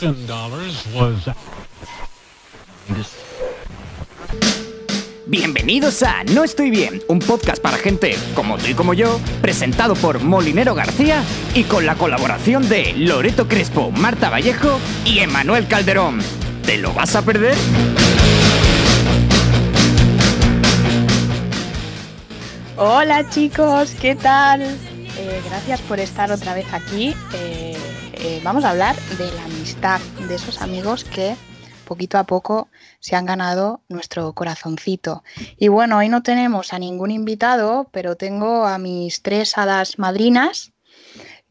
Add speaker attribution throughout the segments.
Speaker 1: in dollars was
Speaker 2: Bienvenidos a No Estoy Bien, un podcast para gente como tú y como yo, presentado por Molinero García y con la colaboración de Loreto Crespo, Marta Vallejo y Emanuel Calderón. ¿Te lo vas a perder?
Speaker 3: Hola chicos, ¿qué tal? Eh, gracias por estar otra vez aquí. Eh, eh, vamos a hablar de la amistad, de esos amigos que poquito a poco se han ganado nuestro corazoncito. Y bueno, hoy no tenemos a ningún invitado, pero tengo a mis tres hadas madrinas.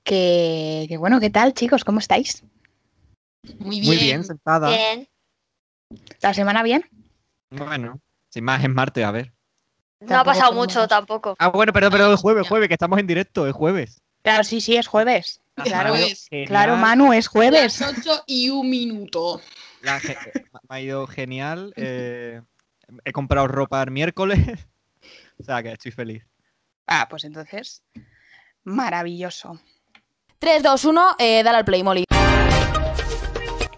Speaker 3: Que, que bueno, ¿qué tal chicos? ¿Cómo estáis?
Speaker 4: Muy bien.
Speaker 5: Muy bien, sentada.
Speaker 4: Bien.
Speaker 3: ¿La semana bien?
Speaker 5: Bueno, sin más, es martes, a ver.
Speaker 4: No ha
Speaker 3: Tampoco
Speaker 4: pasado
Speaker 3: tenemos-
Speaker 4: mucho tampoco.
Speaker 5: Ah, bueno, perdón, perdón, es jueves, jueves, que estamos en directo, es jueves.
Speaker 3: Claro, sí, sí, es jueves. Claro,
Speaker 6: jueves.
Speaker 3: claro, Manu, es jueves.
Speaker 6: Las 8 y un minuto.
Speaker 5: La ge- me ha ido genial. eh, he comprado ropa el miércoles. O sea, que estoy feliz.
Speaker 3: Ah, pues entonces, maravilloso.
Speaker 7: 3, 2, 1, eh, dale al play, Molly.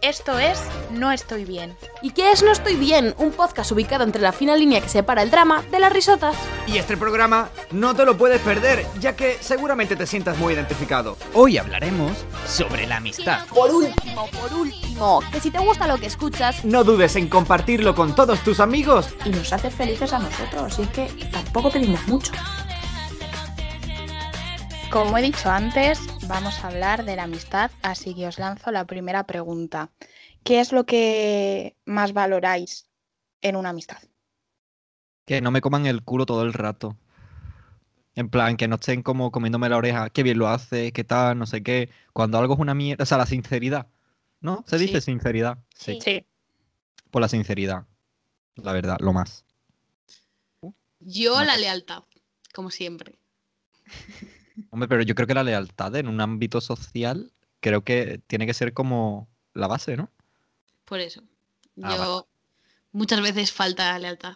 Speaker 3: Esto es No estoy bien.
Speaker 7: ¿Y qué es No Estoy Bien? Un podcast ubicado entre la fina línea que separa el drama de las risotas.
Speaker 8: Y este programa no te lo puedes perder, ya que seguramente te sientas muy identificado. Hoy hablaremos sobre la amistad.
Speaker 7: Por último, por último, que si te gusta lo que escuchas,
Speaker 8: No dudes en compartirlo con todos tus amigos.
Speaker 9: y nos hace felices a nosotros. Y es que tampoco pedimos mucho.
Speaker 3: Como he dicho antes, vamos a hablar de la amistad, así que os lanzo la primera pregunta. ¿Qué es lo que más valoráis en una amistad?
Speaker 5: Que no me coman el culo todo el rato. En plan, que no estén como comiéndome la oreja. Qué bien lo hace, qué tal, no sé qué. Cuando algo es una mierda. O sea, la sinceridad. ¿No? ¿Se dice sinceridad? Sí. Por la sinceridad. La verdad, lo más.
Speaker 6: Yo
Speaker 5: No.
Speaker 6: la lealtad, como siempre.
Speaker 5: Hombre, pero yo creo que la lealtad en un ámbito social creo que tiene que ser como la base, ¿no?
Speaker 6: Por eso. Yo
Speaker 5: Ah, vale.
Speaker 6: muchas veces falta lealtad.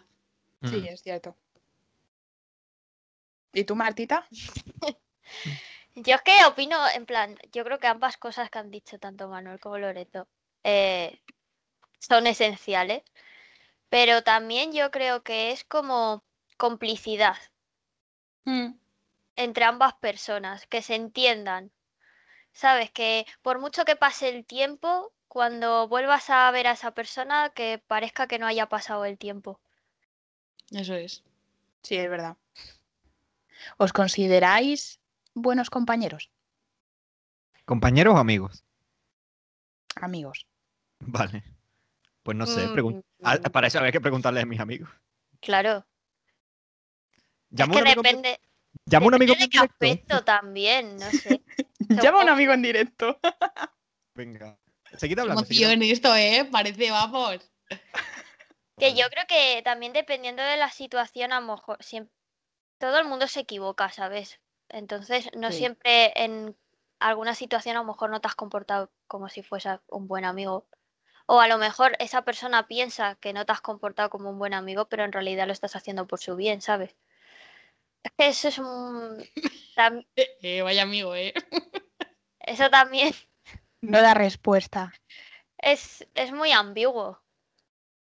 Speaker 5: Mm.
Speaker 3: Sí, es cierto. ¿Y tú, Martita?
Speaker 4: Yo es que opino, en plan, yo creo que ambas cosas que han dicho tanto Manuel como Loreto eh, son esenciales. Pero también yo creo que es como complicidad
Speaker 6: Mm.
Speaker 4: entre ambas personas, que se entiendan. Sabes que por mucho que pase el tiempo, cuando vuelvas a ver a esa persona, que parezca que no haya pasado el tiempo.
Speaker 6: Eso es.
Speaker 3: Sí, es verdad. ¿Os consideráis buenos compañeros,
Speaker 5: ¿Compañeros o amigos?
Speaker 3: amigos?
Speaker 5: Vale. Pues no sé,
Speaker 3: Mm,
Speaker 5: pregun- Ah, para eso habría que preguntarle a mis amigos.
Speaker 4: Claro. Es
Speaker 5: Llamo a
Speaker 4: que
Speaker 5: un amigo, mío-
Speaker 4: depende,
Speaker 5: llamo a un amigo
Speaker 4: depende de
Speaker 5: mío en
Speaker 4: qué
Speaker 5: directo.
Speaker 4: aspecto también, no sé.
Speaker 3: Llama a un amigo en directo.
Speaker 5: Venga. Seguid hablando. seguid
Speaker 6: Emoción esto, ¿eh? Parece, vamos.
Speaker 4: Que yo creo que también dependiendo de la situación, a lo mejor siem- todo el mundo se equivoca, ¿sabes? Entonces, no
Speaker 3: Sí.
Speaker 4: siempre en alguna situación a lo mejor no te has comportado como si fueras un buen amigo. O a lo mejor esa persona piensa que no te has comportado como un buen amigo, pero en realidad lo estás haciendo por su bien, ¿sabes? Es que eso es un... tam-
Speaker 6: Eh, vaya amigo, ¿eh?
Speaker 4: Eso también
Speaker 3: No da respuesta.
Speaker 4: es, es muy ambiguo.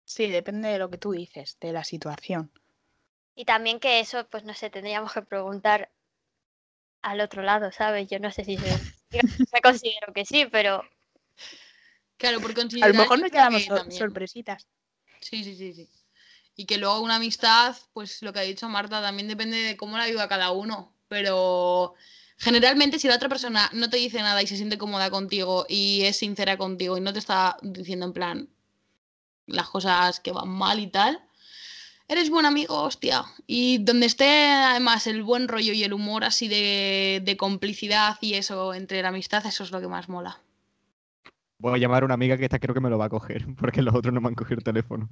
Speaker 3: Sí, depende de lo que tú dices, de la situación.
Speaker 4: Y también que eso, pues no sé, tendríamos que preguntar al otro lado, ¿sabes? Yo no sé si se- yo me considero que sí, pero
Speaker 6: Claro, por
Speaker 3: A
Speaker 6: considerar.
Speaker 3: lo mejor
Speaker 6: yo
Speaker 3: nos
Speaker 6: creo
Speaker 3: quedamos
Speaker 6: que
Speaker 3: sor-
Speaker 6: también.
Speaker 3: sorpresitas.
Speaker 6: Sí, sí, sí, sí. Y que luego una amistad, pues lo que ha dicho Marta, también depende de cómo la viva cada uno. Pero generalmente si la otra persona no te dice nada y se siente cómoda contigo y es sincera contigo y no te está diciendo en plan las cosas que van mal y tal, eres buen amigo, hostia. Y donde esté además el buen rollo y el humor así de, de complicidad y eso entre la amistad, eso es lo que más mola.
Speaker 5: Voy a llamar a una amiga que esta creo que me lo va a coger, porque los otros no me han cogido el teléfono.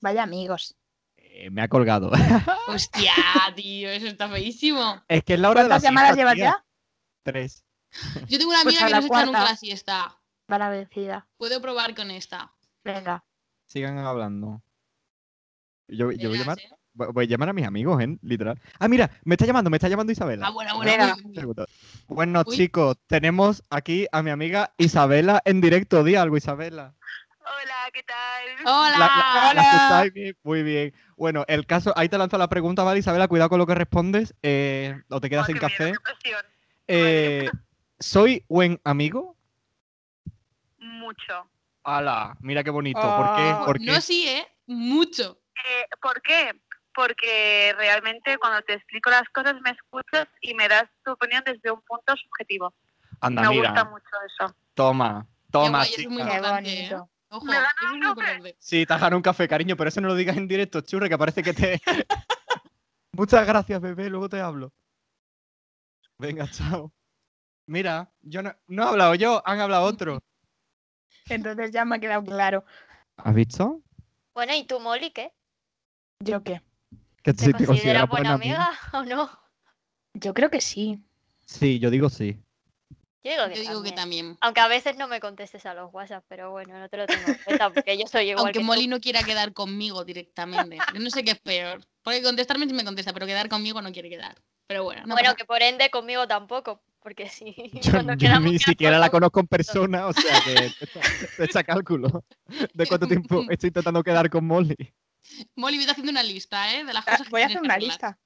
Speaker 3: Vaya amigos.
Speaker 5: Eh, me ha colgado.
Speaker 6: Hostia, tío, eso está feísimo.
Speaker 5: es que es la hora de la
Speaker 3: ¿Cuántas llamadas
Speaker 5: siesta,
Speaker 3: llevas
Speaker 5: tía.
Speaker 3: ya?
Speaker 5: Tres.
Speaker 6: Yo tengo una
Speaker 3: Pues
Speaker 6: amiga
Speaker 3: a
Speaker 6: que
Speaker 3: la
Speaker 6: no se echa nunca
Speaker 3: cuarta.
Speaker 6: la siesta.
Speaker 3: Va la vencida.
Speaker 6: Puedo probar con esta.
Speaker 3: Venga.
Speaker 5: Sigan hablando. Yo, yo voy a llamar,
Speaker 6: Verás, ¿eh?
Speaker 5: Voy voy a llamar a mis amigos, ¿eh? Literal. Ah, mira, me está llamando, me está llamando
Speaker 6: Ah,
Speaker 5: Isabela.
Speaker 6: bueno,
Speaker 3: Venga.
Speaker 6: bueno. uy, uy, uy.
Speaker 5: Segundo. Bueno,
Speaker 6: Uy.
Speaker 5: chicos, tenemos aquí a mi amiga Isabela en directo. Di algo, Isabela.
Speaker 1: Hola, ¿qué
Speaker 5: Oh,
Speaker 1: tal?
Speaker 6: Hola.
Speaker 5: La- la- la-
Speaker 6: hola.
Speaker 5: tu timing, Muy bien. Bueno, el caso, ahí te lanzo la pregunta, ¿vale, Isabela? Cuidado con lo que respondes. eh, o te quedas
Speaker 1: Oh,
Speaker 5: sin
Speaker 1: qué miedo,
Speaker 5: café.
Speaker 1: qué presión.
Speaker 5: Eh, ¿Soy buen amigo?
Speaker 1: Mucho.
Speaker 5: ¡Hala! Mira qué bonito. ¿Por qué?
Speaker 3: Ah.
Speaker 5: ¿Por qué?
Speaker 6: No, sí, ¿eh? Mucho.
Speaker 1: Eh, ¿Por qué? Porque realmente cuando te explico las cosas me escuchas y me das tu opinión desde un punto subjetivo.
Speaker 5: Anda,
Speaker 1: me
Speaker 5: mira.
Speaker 1: gusta mucho eso.
Speaker 5: Toma, toma,
Speaker 6: guay, eso es muy
Speaker 5: chica.
Speaker 6: guay.
Speaker 3: Qué
Speaker 6: Importante,
Speaker 3: bonito.
Speaker 6: Ojo,
Speaker 1: ¿Me dan
Speaker 6: eso es muy
Speaker 1: algo, hombre?
Speaker 6: importante.
Speaker 5: Sí, te has ganado un café, cariño, pero eso no lo digas en directo, churre, que parece que te. Muchas gracias, bebé, luego te hablo. Venga, chao. Mira, yo no, no he hablado yo, han hablado otro.
Speaker 3: Entonces ya me ha quedado claro.
Speaker 5: ¿Has visto?
Speaker 4: Bueno, ¿y tú, Molly, qué?
Speaker 3: ¿Yo qué?
Speaker 5: Que
Speaker 4: ¿Te
Speaker 5: sí
Speaker 4: consideras buena amiga o no?
Speaker 3: Yo creo que sí.
Speaker 5: Sí, yo digo sí.
Speaker 4: Yo digo
Speaker 6: Yo
Speaker 4: que,
Speaker 6: digo que también.
Speaker 4: Aunque a veces no me contestes a los WhatsApp, pero bueno, no te lo tengo en cuenta porque yo soy igual
Speaker 6: Aunque
Speaker 4: que
Speaker 6: Molly
Speaker 4: tú.
Speaker 6: no quiera quedar conmigo directamente. Yo no sé qué es peor. Porque contestarme sí me contesta, pero quedar conmigo no quiere quedar. Pero bueno. no
Speaker 4: bueno,
Speaker 6: pasa
Speaker 4: que por ende conmigo tampoco, porque si
Speaker 5: Yo,
Speaker 4: cuando quedamos
Speaker 5: yo ni
Speaker 4: quedamos
Speaker 5: siquiera la
Speaker 4: juntos.
Speaker 5: conozco en persona, o sea que te echa, te echa cálculo de cuánto tiempo estoy intentando quedar con Molly.
Speaker 6: nada. Molly, vete haciendo una lista, ¿eh? De las
Speaker 3: Ah,
Speaker 6: cosas que
Speaker 3: Voy a
Speaker 6: tienes
Speaker 3: hacer
Speaker 6: que
Speaker 3: una
Speaker 6: arreglar.
Speaker 3: lista.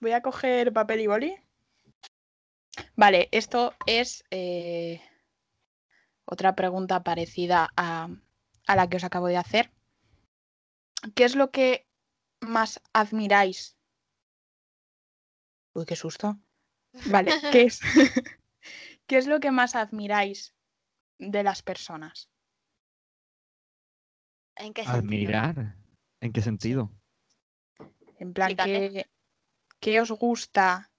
Speaker 3: Voy a coger papel y boli. Vale, esto es eh, otra pregunta parecida a, a la que os acabo de hacer. ¿Qué es lo que más admiráis? Uy, qué susto. Vale, ¿qué es, ¿qué es lo que más admiráis de las personas?
Speaker 4: ¿En
Speaker 5: Ah,
Speaker 4: qué sentido?
Speaker 5: Admirar. ¿En qué sentido?
Speaker 3: En plan,
Speaker 4: Explícate.
Speaker 3: ¿qué, qué os gusta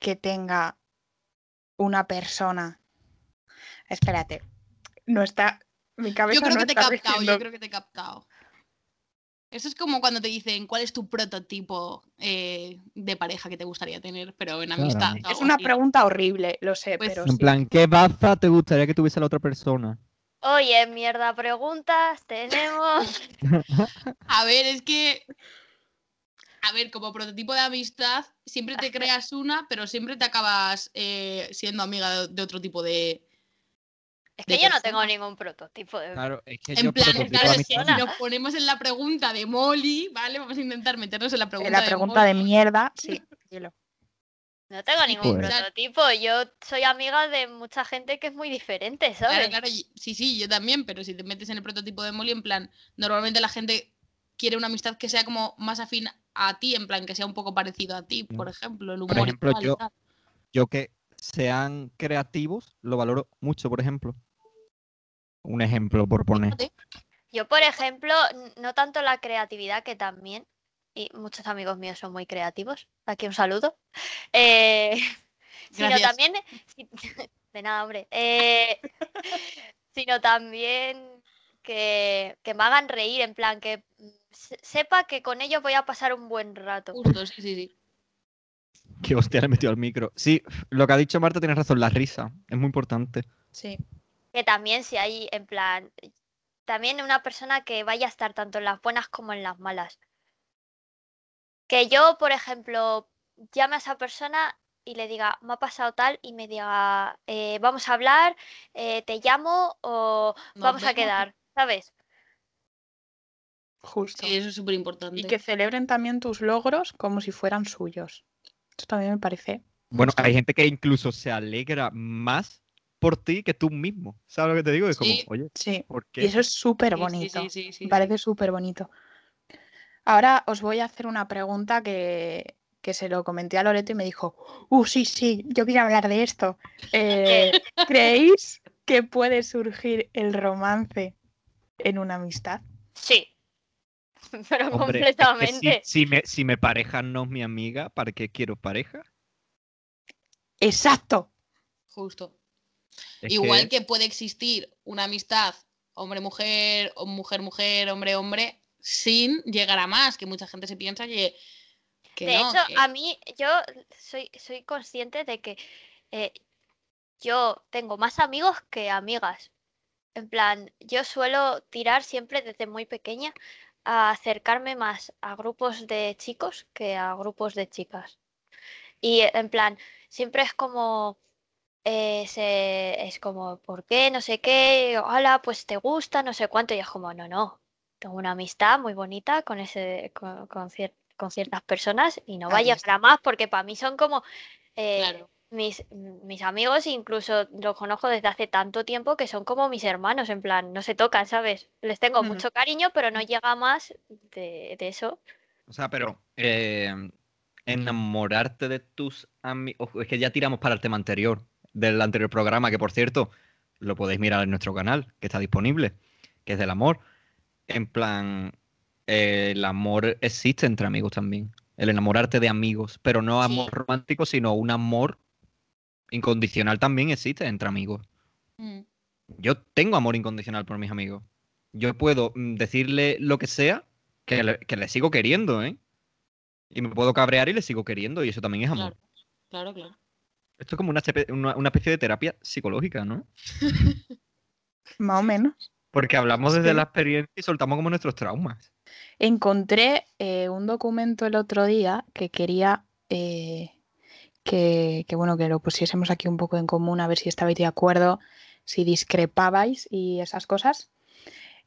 Speaker 3: que tenga una persona? Espérate, no está. Mi cabeza
Speaker 6: Yo creo
Speaker 3: no
Speaker 6: que te he
Speaker 3: está
Speaker 6: captado,
Speaker 3: rigiendo.
Speaker 6: yo creo que te he captado. Eso es como cuando te dicen cuál es tu prototipo eh, de pareja que te gustaría tener, pero en
Speaker 5: Claro.
Speaker 6: amistad. o
Speaker 3: Es
Speaker 6: algo
Speaker 3: una
Speaker 6: así.
Speaker 3: pregunta horrible, lo sé,
Speaker 6: Pues-
Speaker 3: pero
Speaker 5: En
Speaker 3: sí.
Speaker 5: plan, ¿qué baza te gustaría que tuviese la otra persona?
Speaker 4: Oye, mierda, preguntas tenemos.
Speaker 6: A ver, es que. A ver, como prototipo de amistad, siempre te creas una, pero siempre te acabas eh, siendo amiga de, de otro tipo de.
Speaker 4: Es
Speaker 6: De
Speaker 4: que yo no tengo
Speaker 6: persona.
Speaker 4: ningún prototipo. de-
Speaker 5: es que
Speaker 6: En plan,
Speaker 4: prototipo
Speaker 6: claro,
Speaker 4: de
Speaker 6: es que si
Speaker 4: amistad.
Speaker 6: nos ponemos en la pregunta de Molly, ¿vale? Vamos a intentar meternos en la pregunta,
Speaker 3: la pregunta de
Speaker 6: Molly.
Speaker 3: mierda, sí. dilo.
Speaker 4: No tengo ningún
Speaker 5: Pues.
Speaker 4: prototipo. Yo soy amiga de mucha gente que es muy diferente,
Speaker 6: Claro,
Speaker 4: ¿sabes?
Speaker 6: claro, y- sí, sí, yo también, pero si te metes en el prototipo de Molly, en plan, normalmente la gente quiere una amistad que sea como más afín a ti, en plan, que sea un poco parecido a ti, por ejemplo, el humor. y
Speaker 5: ejemplo,
Speaker 6: tal y
Speaker 5: yo-
Speaker 6: tal.
Speaker 5: yo que sean creativos lo valoro mucho, por ejemplo. Un ejemplo por poner.
Speaker 6: Fíjate,
Speaker 4: Yo, por ejemplo, n- no tanto la creatividad que también, y muchos amigos míos son muy creativos, aquí un saludo, eh, sino
Speaker 6: Gracias.
Speaker 4: también, si- de nada, hombre, eh, sino también que, que me hagan reír, en plan, que mm, se- sepa que con ellos voy a pasar un buen rato.
Speaker 6: Justo, sí, sí, sí.
Speaker 5: Que hostia le he metido al micro. Sí, lo que ha dicho Marta tienes razón, la risa es muy importante.
Speaker 3: Sí.
Speaker 4: Que también si hay, en plan, también una persona que vaya a estar tanto en las buenas como en las malas. Que yo, por ejemplo, llame a esa persona y le diga, me ha pasado tal, y me diga, "Eh, vamos a hablar, eh, te llamo o
Speaker 6: Nos
Speaker 4: vamos a
Speaker 6: vemos".
Speaker 4: quedar, ¿sabes?
Speaker 3: Justo.
Speaker 6: Sí, eso es súper importante.
Speaker 3: Y que celebren también tus logros como si fueran suyos. Esto también me parece.
Speaker 5: Bueno, hay gente que incluso se alegra más por ti que tú mismo. ¿Sabes lo que te digo? Es como,
Speaker 6: Sí.
Speaker 5: oye,
Speaker 3: Sí.
Speaker 5: ¿por qué?
Speaker 3: Y eso es súper bonito. Me parece súper bonito. Ahora os voy a hacer una pregunta que, que se lo comenté a Loreto y me dijo, uh, sí, sí, yo quiero hablar de esto. Eh, ¿Creéis que puede surgir el romance en una amistad?
Speaker 4: Sí, pero
Speaker 5: Hombre, es que
Speaker 4: completamente.
Speaker 5: si, si me, si me pareja no es mi amiga, ¿para qué quiero pareja?
Speaker 3: Exacto.
Speaker 6: Justo.
Speaker 5: Es
Speaker 6: Igual que... puede existir una amistad hombre-mujer, o mujer-mujer, hombre-hombre, sin llegar a más, que mucha gente se piensa que, que
Speaker 4: de
Speaker 6: no,
Speaker 4: hecho,
Speaker 6: que-
Speaker 4: a mí, yo soy, soy consciente de que eh, yo tengo más amigos que amigas. En plan, yo suelo tirar siempre desde muy pequeña a acercarme más a grupos de chicos que a grupos de chicas. Y eh, en plan, siempre es como, eh, se- es como, ¿por qué? No sé qué, hola, pues te gusta, no sé cuánto, y es como, no, no, tengo una amistad muy bonita con, ese, con, con cier- con ciertas personas y no
Speaker 6: Ahí
Speaker 4: vaya
Speaker 6: está.
Speaker 4: para más porque para mí son como... eh,
Speaker 6: Claro.
Speaker 4: mis, mis amigos, incluso los conozco desde hace tanto tiempo que son como mis hermanos, en plan, no se tocan, ¿sabes? Les tengo
Speaker 6: Ujú.
Speaker 4: mucho cariño, pero no llega más de, de eso.
Speaker 5: O sea, pero eh, enamorarte de tus amigos. Es que ya tiramos para el tema anterior, del anterior programa, que por cierto, lo podéis mirar en nuestro canal, que está disponible, que es del amor. En plan, eh, el amor existe entre amigos también. El enamorarte de amigos, pero no
Speaker 6: Sí.
Speaker 5: amor romántico, sino un amor incondicional también existe entre amigos.
Speaker 6: Mm.
Speaker 5: Yo tengo amor incondicional por mis amigos. Yo puedo mm, decirle lo que sea, que le, que le sigo queriendo, ¿eh? Y me puedo cabrear y le sigo queriendo, y eso también es amor.
Speaker 6: Claro, claro, claro.
Speaker 5: Esto es como una, espe- una- una especie de terapia psicológica, ¿no?
Speaker 3: Más o menos.
Speaker 5: Porque hablamos desde
Speaker 3: Sí.
Speaker 5: la experiencia y soltamos como nuestros traumas.
Speaker 3: Encontré eh, un documento el otro día que quería eh, que, que, bueno, que lo pusiésemos aquí un poco en común, a ver si estabais de acuerdo, si discrepabais y esas cosas.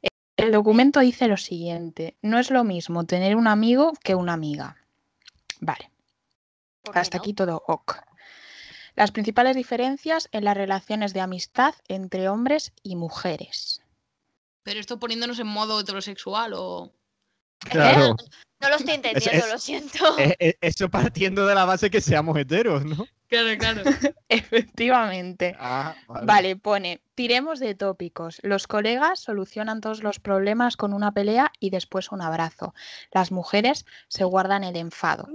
Speaker 3: Eh, El documento dice lo siguiente, no es lo mismo tener un amigo que una amiga. Vale.
Speaker 4: ¿por qué
Speaker 3: Hasta
Speaker 4: no?
Speaker 3: aquí todo ok. Las principales diferencias en las relaciones de amistad entre hombres y mujeres.
Speaker 6: Pero esto poniéndonos en modo heterosexual o.
Speaker 5: Claro.
Speaker 4: No lo estoy entendiendo,
Speaker 5: es-
Speaker 4: lo siento.
Speaker 5: eso partiendo de la base que seamos heteros, ¿no?
Speaker 6: Claro, claro.
Speaker 3: Efectivamente. Vale, pone, tiremos de tópicos. Los colegas solucionan todos los problemas con una pelea y después un abrazo. Las mujeres se guardan el enfado.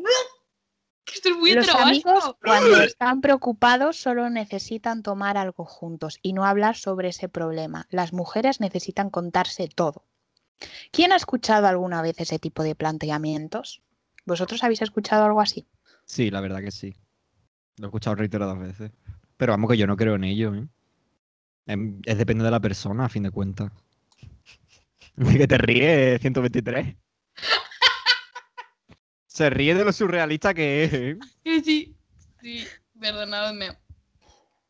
Speaker 6: Que esto es muy
Speaker 3: los amigos,
Speaker 6: heteroasco.
Speaker 3: cuando están preocupados, solo necesitan tomar algo juntos y no hablar sobre ese problema. Las mujeres necesitan contarse todo. ¿Quién ha escuchado alguna vez ese tipo de planteamientos? ¿Vosotros habéis escuchado algo así?
Speaker 5: Sí, la verdad que sí. Lo he escuchado reiteradas veces. Pero vamos que yo no creo en ello, ¿eh? Em, Es, depende de la persona, a fin de cuentas. ¿De qué te ríes, 123? Se ríe de lo surrealista que es, ¿eh?
Speaker 6: Que sí. Sí, perdonadme.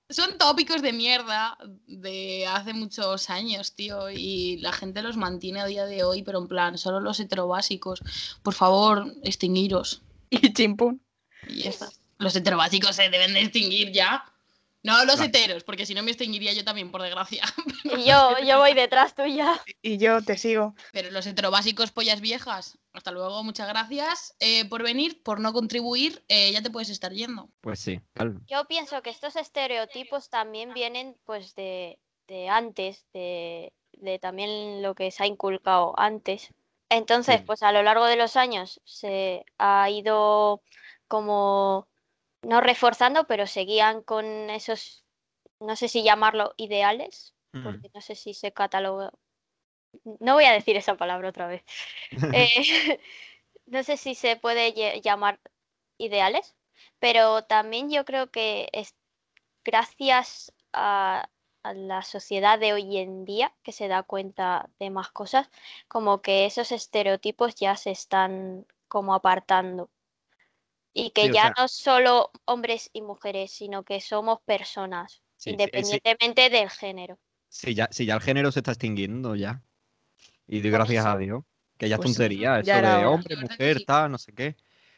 Speaker 6: Son tópicos de mierda de hace muchos años, tío, y la gente los mantiene a día de hoy, pero en plan, solo los heterobásicos. Por favor, extinguiros.
Speaker 3: Y chimpún.
Speaker 6: Y ya está. Los heterobásicos se deben de extinguir ya. No los
Speaker 5: Claro.
Speaker 6: heteros, porque si no me extinguiría yo también, por desgracia.
Speaker 4: Y yo, yo voy detrás tuya.
Speaker 3: Y yo te sigo.
Speaker 6: Pero los heterobásicos pollas viejas, hasta luego, muchas gracias eh, por venir, por no contribuir, eh, ya te puedes estar yendo.
Speaker 5: Pues sí, claro.
Speaker 4: Yo pienso que estos estereotipos también vienen pues de, de antes, de, de también lo que se ha inculcado antes. Entonces,
Speaker 5: Sí.
Speaker 4: pues a lo largo de los años se ha ido como, no reforzando, pero seguían con esos, no sé si llamarlo ideales,
Speaker 5: Mm.
Speaker 4: porque no sé si se cataloga. No voy a decir esa palabra otra vez. Eh, no sé si se puede lle- llamar ideales, pero también yo creo que es gracias a, a la sociedad de hoy en día que se da cuenta de más cosas, como que esos estereotipos ya se están como apartando. Y que
Speaker 5: Sí, o
Speaker 4: ya
Speaker 5: sea-
Speaker 4: no solo hombres y mujeres, sino que somos personas,
Speaker 5: Sí, eh, sí.
Speaker 4: independientemente del género.
Speaker 5: Sí, ya, sí, ya el género se está extinguiendo ya. Y doy
Speaker 4: Por
Speaker 5: gracias
Speaker 4: eso.
Speaker 5: a Dios. Que ya
Speaker 3: Pues
Speaker 5: es
Speaker 3: sí, ya
Speaker 5: tontería, eso
Speaker 3: era
Speaker 5: de
Speaker 3: hora.
Speaker 5: hombre,
Speaker 6: La verdad que
Speaker 5: mujer,
Speaker 6: sí.
Speaker 5: tal, no sé qué.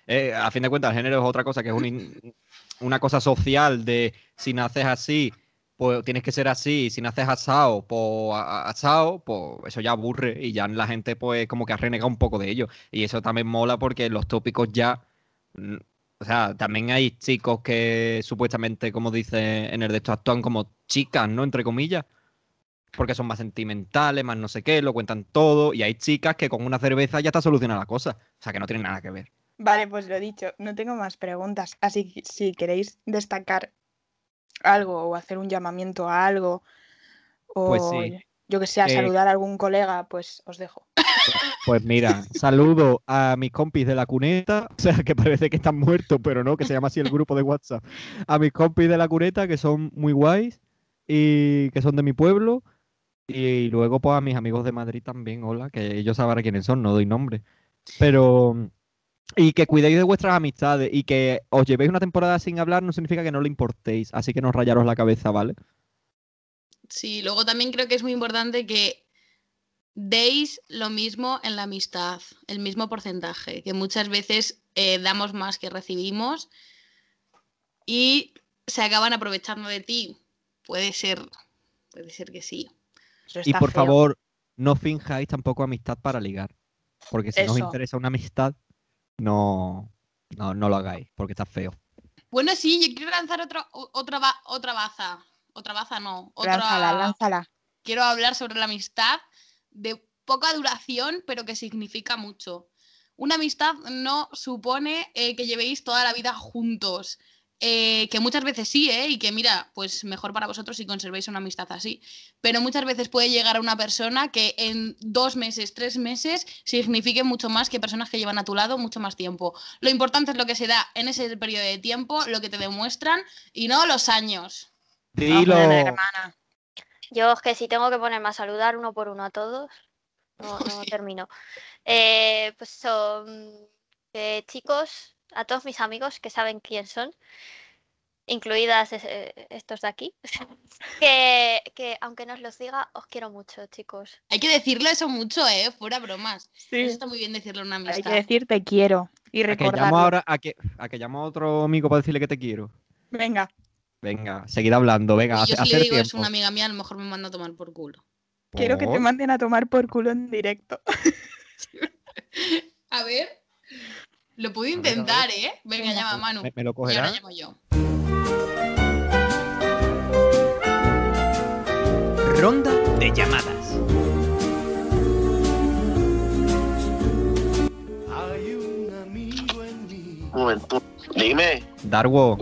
Speaker 5: Eh, a fin de cuentas, el género es otra cosa, que es un in- una cosa social de si naces así, pues tienes que ser así, y si naces asado, pues a- a- asado, pues eso ya aburre y ya la gente pues como que ha renegado un poco de ello. Y eso también mola porque los tópicos ya... mm, O sea, también hay chicos que supuestamente, como dice en el de esto, actúan como chicas, ¿no? Entre comillas porque son más sentimentales, más no sé qué, lo cuentan todo. Y hay chicas que con una cerveza ya está solucionada la cosa. O sea, que no tiene nada que ver.
Speaker 3: Vale, pues lo dicho, no tengo más preguntas, así que si queréis destacar algo o hacer un llamamiento a algo o
Speaker 5: Pues sí.
Speaker 3: yo que sé, a
Speaker 5: Eh,
Speaker 3: saludar a algún colega, pues os dejo.
Speaker 5: Pues mira, saludo a mis compis de la cuneta, o sea, que parece que están muertos, pero no, que se llama así el grupo de WhatsApp. A mis compis de la cuneta, que son muy guays y que son de mi pueblo. Y luego, pues a mis amigos de Madrid también, hola, que ellos sabrán quiénes son, no doy nombre. Pero. Y que cuidéis de vuestras amistades y que os llevéis una temporada sin hablar no significa que no le importéis, así que no os rayaros la cabeza, ¿vale?
Speaker 6: Sí, luego también creo que es muy importante que deis lo mismo en la amistad, el mismo porcentaje, que muchas veces eh, damos más que recibimos y se acaban aprovechando de ti. Puede ser, puede ser que sí.
Speaker 3: Eso
Speaker 5: Y
Speaker 3: está
Speaker 5: por
Speaker 3: feo.
Speaker 5: favor, no finjáis tampoco amistad para ligar, porque si no os
Speaker 6: Eso.
Speaker 5: interesa una amistad, no, no, no lo hagáis, porque está feo.
Speaker 6: Bueno, sí, yo quiero lanzar otra, o- otra, ba- otra baza. Otra baza no. Otra,
Speaker 3: Lánzala, lánzala.
Speaker 6: Quiero hablar sobre la amistad de poca duración, pero que significa mucho. Una amistad no supone eh, que llevéis toda la vida juntos. eh, que muchas veces sí, ¿eh? Y que mira, pues mejor para vosotros si conservéis una amistad así. Pero muchas veces puede llegar a una persona que en dos meses, tres meses, signifique mucho más que personas que llevan a tu lado mucho más tiempo. Lo importante es lo que se da en ese periodo de tiempo, lo que te demuestran y no los años.
Speaker 5: Dilo.
Speaker 3: Hombre, hermana.
Speaker 4: Yo es que si tengo que ponerme a saludar uno por uno a todos, no, no
Speaker 6: Sí.
Speaker 4: termino. Eh, pues son eh, chicos, a todos mis amigos que saben quién son, incluidas eh, estos de aquí, que, que aunque no os los diga, os quiero mucho, chicos.
Speaker 6: Hay que decirlo eso mucho, ¿eh? Fuera bromas. Eso
Speaker 3: Sí.
Speaker 6: está muy bien decirlo en una
Speaker 3: Hay que
Speaker 6: amistad.
Speaker 3: decir te quiero y
Speaker 5: A que llamo
Speaker 3: recordarlo.
Speaker 5: ahora a que, a que llamo a otro amigo para decirle que te quiero.
Speaker 3: Venga.
Speaker 5: Venga, seguid hablando, venga,
Speaker 6: Y yo
Speaker 5: hace-
Speaker 6: si le
Speaker 5: hacer
Speaker 6: digo es
Speaker 5: tiempo. Oh,
Speaker 6: una amiga mía, a lo mejor me manda a tomar por culo.
Speaker 3: Quiero que te
Speaker 5: Por-
Speaker 3: manden a tomar por culo en directo.
Speaker 6: A ver. Lo puedo
Speaker 5: ver, a ver.
Speaker 6: intentar, ¿eh? Venga, llama a Manu.
Speaker 5: Me, me lo
Speaker 6: Y
Speaker 5: cogerá.
Speaker 6: ahora llamo yo.
Speaker 2: Ronda de llamadas.
Speaker 10: momento. Dime,
Speaker 5: Darwo,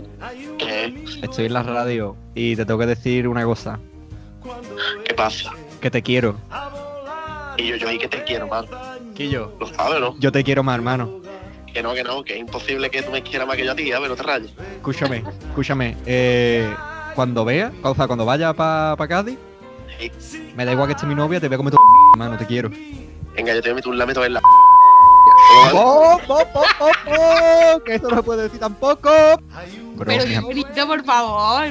Speaker 10: ¿qué,
Speaker 5: estoy en la radio y te tengo que decir una cosa,
Speaker 10: ¿Qué pasa?
Speaker 5: que te quiero.
Speaker 10: Y yo, yo ahí que te quiero, mano.
Speaker 5: Quillo,
Speaker 10: Lo sabes, ¿no?
Speaker 5: yo te quiero más, hermano.
Speaker 10: Que no, que no, que es imposible que tú me quieras más que yo a ti, a ver, no te rayes.
Speaker 5: Escúchame, escúchame. eh, cuando vea, o sea, cuando vaya para Cádiz, me da igual que esté mi novia, te voy a comer tu hermano, te quiero.
Speaker 10: Venga, yo te voy a meter un lamento en la...
Speaker 5: ¡Oh, po, po, po, po! Que eso no se puede decir tampoco. Bro,
Speaker 6: Pero
Speaker 5: mi
Speaker 6: qué
Speaker 5: am-
Speaker 6: bonito, por favor.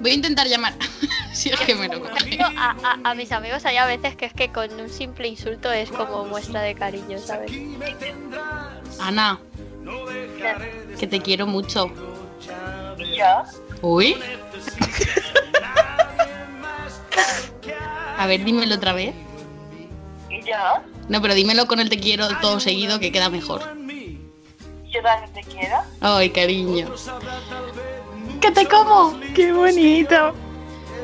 Speaker 6: Voy a intentar llamar. si es que me lo coge.
Speaker 4: Yo A, a- a mis amigos hay a veces que es que con un simple insulto es como muestra de cariño, ¿sabes?
Speaker 6: Ana,
Speaker 4: Claro.
Speaker 6: que te quiero mucho. Uy. A ver, dímelo otra vez.
Speaker 1: Yo,
Speaker 6: No, pero dímelo con el te quiero todo seguido que queda mejor.
Speaker 1: yo también te quiero.
Speaker 6: Ay, cariño.
Speaker 3: ¡Que te
Speaker 1: Oh,
Speaker 3: como! ¡Qué bonito!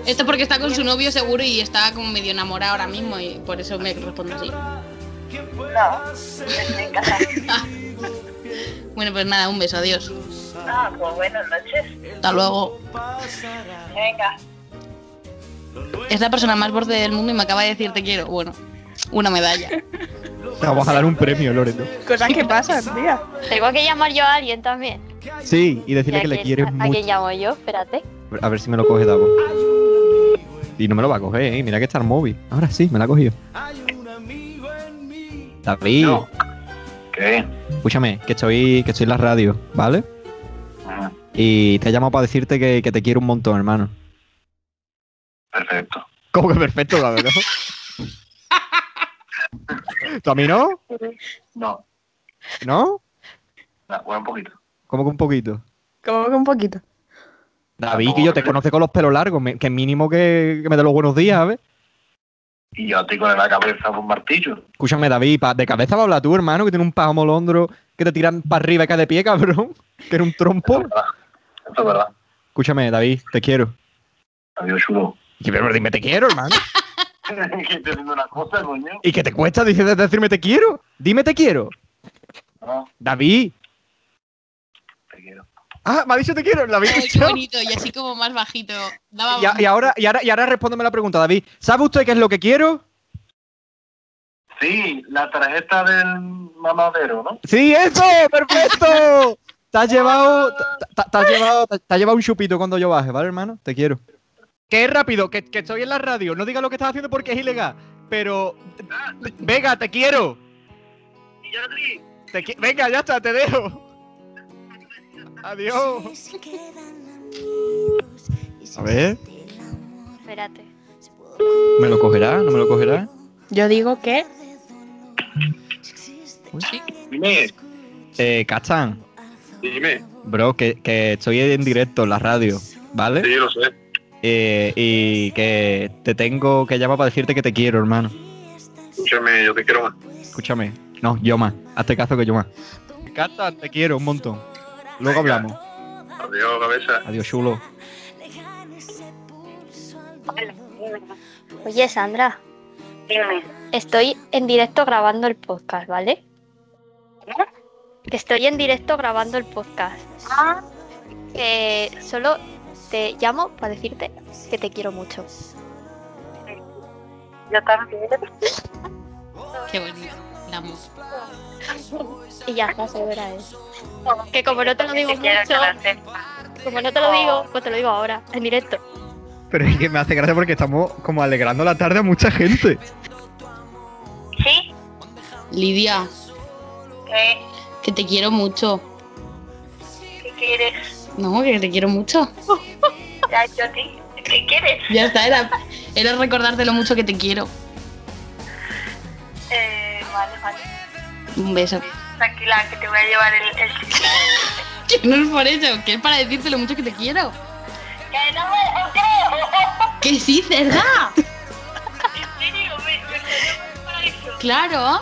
Speaker 6: Esto porque está con su novio seguro y está como medio enamorada ahora mismo y por eso me responde así.
Speaker 1: No, estoy casada.
Speaker 6: Bueno, pues nada, un beso, adiós.
Speaker 1: Ah, pues buenas noches.
Speaker 6: Hasta luego.
Speaker 1: Venga.
Speaker 6: Es la persona más borde del mundo y me acaba de decir te quiero. Bueno, una medalla.
Speaker 5: Te vamos a dar un premio, Loreto.
Speaker 3: Cosas que pasan, tía.
Speaker 4: Tengo que llamar yo a alguien también.
Speaker 5: Sí, y decirle
Speaker 4: ¿Y a
Speaker 5: que le
Speaker 4: quién-
Speaker 5: quieres
Speaker 4: a- ¿A
Speaker 5: mucho.
Speaker 4: quién llamo yo? Espérate.
Speaker 5: A ver si me lo coge Davo. Y no me lo va a coger, ¿eh? Mira que está el móvil. Ahora sí, me la ha cogido. David,
Speaker 10: No. ¿Qué?
Speaker 5: escúchame, que estoy, que estoy en la radio, ¿vale?
Speaker 10: Ah,
Speaker 5: Y te he llamado para decirte que, que te quiero un montón, hermano.
Speaker 10: perfecto.
Speaker 5: Como que perfecto, la verdad. ¿Tú a mí no?
Speaker 10: No,
Speaker 5: ¿No?
Speaker 10: no, bueno, un poquito.
Speaker 5: Como que un poquito.
Speaker 3: Como que un poquito.
Speaker 5: David, que yo te conoce con los pelos largos, me- que mínimo que, que me dé los buenos días, ¿sabes?
Speaker 10: Y yo a ti con la cabeza por un martillo.
Speaker 5: Escúchame, David, pa- de cabeza va a hablar tú, hermano, que tiene un pajo molondro que te tiran para arriba y cae de pie, cabrón. Que era un
Speaker 10: Eso
Speaker 5: trompo.
Speaker 10: es verdad. Eso es verdad.
Speaker 5: Escúchame, David, te quiero.
Speaker 10: Adiós, chulo.
Speaker 5: Y que, pero dime te quiero, hermano.
Speaker 10: que te digo una cosa, coño.
Speaker 5: ¿Y qué te cuesta dice- de- decirme te quiero? Dime te quiero.
Speaker 10: No,
Speaker 5: David.
Speaker 10: te quiero.
Speaker 5: Ah, me ha dicho te quiero. David.
Speaker 6: Ay, qué bonito, y así como más bajito. Daba
Speaker 5: Y, a- y ahora, y, ahora, y ahora respóndeme la pregunta, David. ¿Sabe usted qué es lo que quiero?
Speaker 10: Sí, la tarjeta del mamadero, ¿no?
Speaker 5: ¡Sí, eso! ¡Perfecto! Te has llevado, te, te- te has llevado, te, te has llevado un chupito cuando yo baje, ¿vale, hermano? Te quiero. que es rápido, que, que estoy en la radio. No diga lo que estás haciendo porque es ilegal. Pero. Vega, te quiero.
Speaker 1: Y yo lo digo,
Speaker 5: Te qui- Venga, ya está, te dejo. Adiós. A ver,
Speaker 4: Espérate.
Speaker 5: ¿me lo cogerá? ¿No me lo cogerá?
Speaker 3: Yo digo que
Speaker 10: Dime,
Speaker 5: Eh, Cachán,
Speaker 10: dime.
Speaker 5: bro, que, que estoy en directo en la radio, ¿vale?
Speaker 10: Sí, yo lo sé.
Speaker 5: Eh, y que te tengo que llamar para decirte que te quiero, hermano.
Speaker 10: Escúchame, yo te quiero más.
Speaker 5: Escúchame. No, yo más. Hazte caso que yo más. Cachán, te quiero un montón. Luego
Speaker 10: Venga.
Speaker 5: hablamos.
Speaker 10: Adiós, cabeza.
Speaker 5: Adiós, chulo.
Speaker 4: Oye, Sandra,
Speaker 1: dime.
Speaker 4: estoy en directo grabando el podcast, ¿vale?
Speaker 1: ¿Cómo?
Speaker 4: Que estoy en directo grabando el podcast.
Speaker 1: Ah,
Speaker 4: Que solo te llamo para decirte que te quiero mucho.
Speaker 1: yo también.
Speaker 6: Qué bonito. El amor.
Speaker 4: Y ya está, se verá eso. Que como no te lo digo
Speaker 1: Te quiero,
Speaker 4: mucho,
Speaker 1: corazón.
Speaker 4: como no te lo
Speaker 1: Oh.
Speaker 4: digo, pues te lo digo ahora, en directo.
Speaker 5: Pero es que me hace gracia porque estamos como alegrando la tarde a mucha gente.
Speaker 1: Sí,
Speaker 6: Lidia,
Speaker 1: ¿qué,
Speaker 6: que te quiero mucho.
Speaker 1: ¿Qué quieres?
Speaker 6: No, que te quiero mucho.
Speaker 1: Ya, yo a ti. ¿Qué quieres?
Speaker 6: Ya está, era, era recordarte lo mucho que te quiero.
Speaker 1: Eh, vale, vale.
Speaker 6: Un beso.
Speaker 1: Tranquila, que te voy a llevar el, el chicle.
Speaker 6: Que no es por eso, que es para decirte lo mucho que te quiero.
Speaker 1: Que no me lo creo.
Speaker 6: Que sí, cerda.
Speaker 1: En serio, me, me quedo muy paraíso.
Speaker 6: Claro.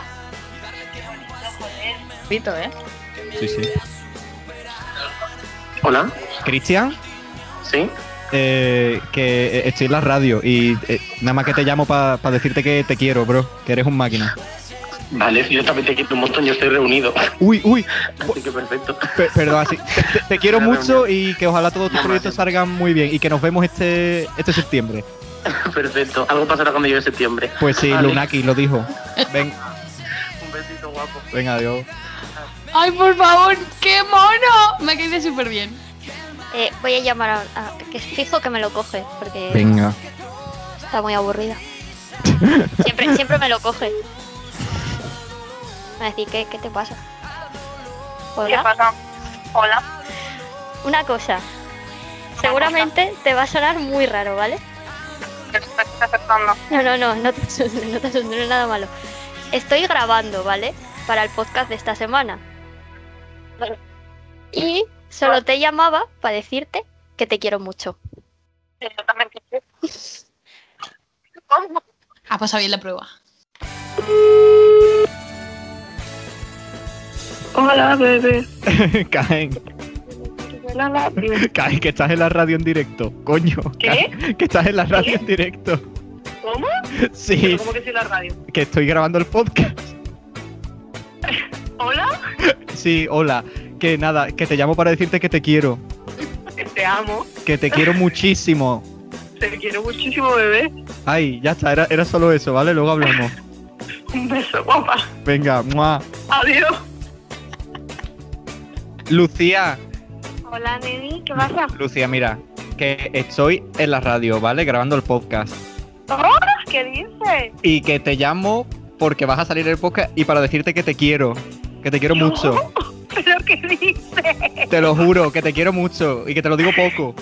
Speaker 1: Qué bonito, joder.
Speaker 3: Pito, ¿eh?
Speaker 5: Sí, sí.
Speaker 10: Hola,
Speaker 5: Cristian,
Speaker 10: ¿sí?
Speaker 5: eh, que eh, estoy en la radio y eh, nada más que te llamo para decirte que te quiero, bro. Que eres un máquina.
Speaker 10: Vale, si yo también te quiero un montón, yo estoy reunido.
Speaker 5: Uy, uy,
Speaker 10: Así que perfecto.
Speaker 5: pe- perdón, así. Te, te- te quiero mucho y que ojalá todos tus
Speaker 10: No,
Speaker 5: proyectos
Speaker 10: gracias.
Speaker 5: salgan muy bien y que nos vemos este, este septiembre.
Speaker 10: Perfecto. Algo pasará cuando llegue septiembre.
Speaker 5: Pues sí,
Speaker 10: Vale.
Speaker 5: Lunaki lo dijo. Ven,
Speaker 10: Un besito guapo.
Speaker 5: venga, adiós.
Speaker 6: Ay, por favor, qué mono. Me ha caído súper bien.
Speaker 4: Eh, voy a llamar a, a- que fijo que me lo coge, porque
Speaker 5: Venga.
Speaker 4: está muy aburrida. Siempre, siempre me lo coge. Me va a decir, ¿qué, qué te pasa?
Speaker 1: ¿Qué
Speaker 4: Hola.
Speaker 1: pasa? Hola.
Speaker 4: Una cosa. Seguramente te va a sonar muy raro, ¿vale?
Speaker 1: ¿Qué te estás acercando?
Speaker 4: No, no, no, no te asustes, no te asustes, no es nada malo. Estoy grabando, ¿vale? Para el podcast de esta semana. Y solo te llamaba para decirte que te quiero mucho.
Speaker 1: Sí, yo también te quiero. ¿Cómo?
Speaker 6: Ha pasado bien Ah, pues, la prueba.
Speaker 1: Hola, bebé.
Speaker 5: Caen,
Speaker 1: Hola, bebé.
Speaker 5: caen, que estás en la radio en directo. Coño.
Speaker 1: ¿Qué?
Speaker 5: Caen, Que estás en la radio en directo.
Speaker 1: ¿Cómo?
Speaker 5: Sí,
Speaker 1: ¿Cómo que soy la radio?
Speaker 5: que estoy grabando el podcast.
Speaker 1: Hola,
Speaker 5: Sí, hola. Que nada, que te llamo para decirte que te quiero.
Speaker 1: te amo.
Speaker 5: Que te quiero muchísimo.
Speaker 1: Te quiero muchísimo, bebé.
Speaker 5: Ay, ya está, era, era solo eso, ¿vale? Luego hablamos.
Speaker 1: Un beso, guapa.
Speaker 5: Venga, mua.
Speaker 1: Adiós.
Speaker 5: Lucía,
Speaker 1: Hola, Neni, ¿qué pasa?
Speaker 5: Lucía, mira, que estoy en la radio, ¿vale? Grabando el podcast.
Speaker 1: ¿Qué dices?
Speaker 5: Y que te llamo porque vas a salir el podcast y para decirte que te quiero. Que te quiero mucho.
Speaker 1: ¿Pero qué dices?
Speaker 5: Te lo juro, que te quiero mucho y que te lo digo poco.